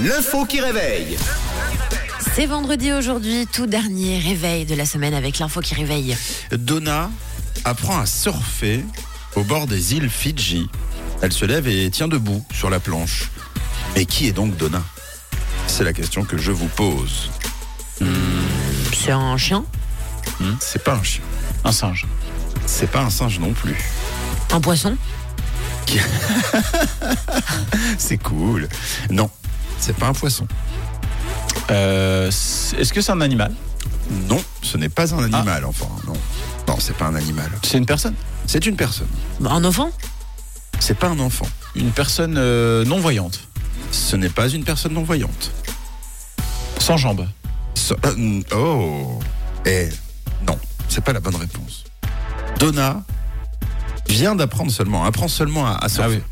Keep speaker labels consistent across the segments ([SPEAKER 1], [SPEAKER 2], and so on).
[SPEAKER 1] L'info qui réveille.
[SPEAKER 2] C'est vendredi aujourd'hui, tout dernier réveil de la semaine avec l'info qui réveille.
[SPEAKER 3] Donna apprend à surfer au bord des îles Fidji. Elle se lève et tient debout sur la planche. Mais qui est donc Donna C'est la question que je vous pose.
[SPEAKER 2] C'est un chien,
[SPEAKER 3] Hmm, C'est pas un chien.
[SPEAKER 4] Un singe.
[SPEAKER 3] C'est pas un singe non plus.
[SPEAKER 2] un poisson,
[SPEAKER 3] C'est cool. Non, c'est pas un poisson.
[SPEAKER 4] Euh, c'est- Est-ce que c'est un animal
[SPEAKER 3] Non, ce n'est pas un animal, enfin. Non, non c'est pas un animal.
[SPEAKER 4] C'est une personne
[SPEAKER 3] C'est une personne.
[SPEAKER 2] un enfant,
[SPEAKER 3] C'est pas un enfant.
[SPEAKER 4] Une personne euh, non-voyante,
[SPEAKER 3] Ce n'est pas une personne non-voyante.
[SPEAKER 4] sans jambes.
[SPEAKER 3] So- euh, oh Eh, non, c'est pas la bonne réponse. Donna vient d'apprendre seulement, hein, apprend seulement à, à surfer.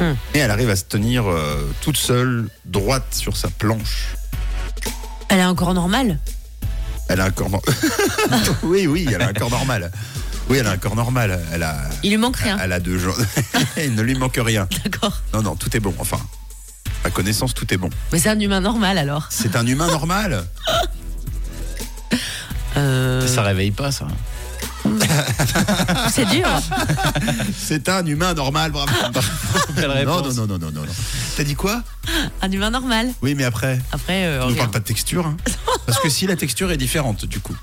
[SPEAKER 2] Hmm.
[SPEAKER 3] Et elle arrive à se tenir euh, toute seule, droite sur sa planche.
[SPEAKER 2] elle a un corps normal.
[SPEAKER 3] Elle a un corps normal. oui, oui, elle a un corps normal. Oui, elle a un corps normal. Elle a,
[SPEAKER 2] Il lui manque rien,
[SPEAKER 3] elle a deux jambes. Il ne lui manque rien.
[SPEAKER 2] d'accord.
[SPEAKER 3] Non, non, tout est bon. Enfin, à connaissance, tout est bon.
[SPEAKER 2] Mais c'est un humain normal alors.
[SPEAKER 3] C'est un humain normal. Hmm.
[SPEAKER 2] Euh,
[SPEAKER 4] Ça réveille pas, ça.
[SPEAKER 2] c'est dur.
[SPEAKER 3] C'est un humain normal. Bravo.
[SPEAKER 4] Quelle
[SPEAKER 3] Non,
[SPEAKER 4] réponse
[SPEAKER 3] non, non, non, non, non. non. T'as dit quoi
[SPEAKER 2] Un humain normal.
[SPEAKER 3] Oui, mais après,
[SPEAKER 2] Après, euh,
[SPEAKER 3] on ne
[SPEAKER 2] rien.
[SPEAKER 3] parle pas de texture. hein. Parce que si la texture est différente, du coup.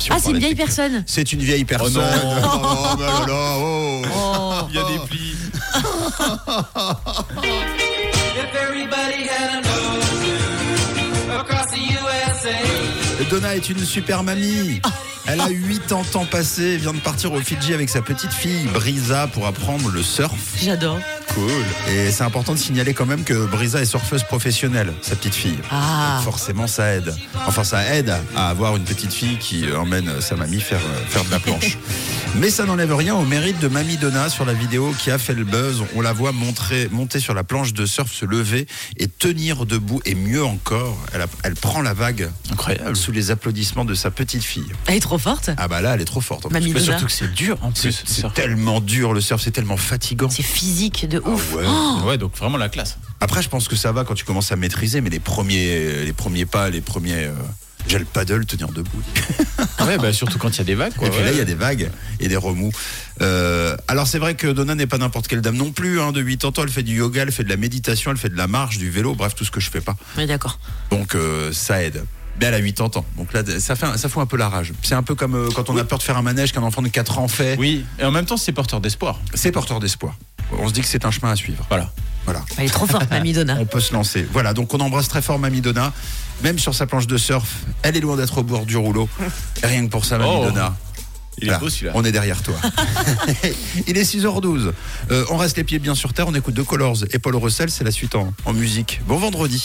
[SPEAKER 3] Si on
[SPEAKER 2] Ah,
[SPEAKER 3] parle
[SPEAKER 2] c'est une
[SPEAKER 3] de
[SPEAKER 2] vieille
[SPEAKER 3] texture.
[SPEAKER 2] personne.
[SPEAKER 3] C'est une vieille personne.
[SPEAKER 4] non.
[SPEAKER 3] Oh, bah là là, oh.
[SPEAKER 2] Oh.
[SPEAKER 4] Il y a des plis.
[SPEAKER 3] Donna est une super mamie. Elle a 8 ans temps passé, vient de partir au Fidji avec sa petite fille Brisa pour apprendre le surf.
[SPEAKER 2] J'adore.
[SPEAKER 3] Cool. Et c'est important de signaler quand même que Brisa est surfeuse professionnelle, sa petite fille.
[SPEAKER 2] Ah.
[SPEAKER 3] Donc forcément, ça aide. Enfin, ça aide à avoir une petite fille qui euh, emmène euh, sa mamie faire, euh, faire de la planche. Mais ça n'enlève rien au mérite de Mamie Donna sur la vidéo qui a fait le buzz. On la voit montrer, monter sur la planche de surf, se lever et tenir debout. Et mieux encore, elle, a- elle prend la vague
[SPEAKER 4] Incroyable.
[SPEAKER 3] sous les applaudissements de sa petite fille.
[SPEAKER 2] Elle est trop forte.
[SPEAKER 3] Ah bah là, elle est trop forte. en plus.
[SPEAKER 2] Mamie
[SPEAKER 4] Mais
[SPEAKER 2] Donna.
[SPEAKER 4] surtout que c'est dur, en
[SPEAKER 3] C'est-
[SPEAKER 4] plus.
[SPEAKER 3] C'est
[SPEAKER 4] ça.
[SPEAKER 3] tellement dur le surf, c'est tellement fatigant.
[SPEAKER 2] C'est physique de ouf.
[SPEAKER 3] Ah ouais.
[SPEAKER 2] Oh,
[SPEAKER 4] Ouais, donc vraiment la classe.
[SPEAKER 3] Après, je pense que ça va quand tu commences à maîtriser, mais les premiers, les premiers pas, les premiers. euh, J'ai le paddle, tenir debout.
[SPEAKER 4] Ouais, bah surtout quand il y a des vagues, quoi.
[SPEAKER 3] et puis là,
[SPEAKER 4] ouais.
[SPEAKER 3] il y a des vagues et des remous. Euh, alors, c'est vrai que Donna n'est pas n'importe quelle dame non plus. hein. de 8 ans, elle fait du yoga, elle fait de la méditation, elle fait de la marche, du vélo, bref, tout ce que je fais pas.
[SPEAKER 2] mais d'accord.
[SPEAKER 3] Donc, euh, ça aide. Mais elle a 8 ans. Donc là, ça fait, un- ça fout un peu la rage. C'est un peu comme euh, quand on a peur de faire un manège qu'un enfant de 4 ans fait.
[SPEAKER 4] Oui, et en même temps, c'est porteur d'espoir.
[SPEAKER 3] C'est porteur d'espoir. On se dit que c'est un chemin à suivre.
[SPEAKER 4] Voilà.
[SPEAKER 3] Voilà.
[SPEAKER 2] Elle est trop forte, Mamie Donna.
[SPEAKER 3] On peut se lancer. Voilà, donc on embrasse très fort Mamie Donna. Même sur sa planche de surf, elle est loin d'être au bord du rouleau. Rien que pour ça, Mamie
[SPEAKER 4] Oh,
[SPEAKER 3] Donna.
[SPEAKER 4] Il
[SPEAKER 3] Voilà,
[SPEAKER 4] est beau, celui-là.
[SPEAKER 3] On est derrière toi. Il est 6h12. Euh, on reste les pieds bien sur terre, on écoute De Colors et Paul Russell, c'est la suite en, en musique. Bon vendredi.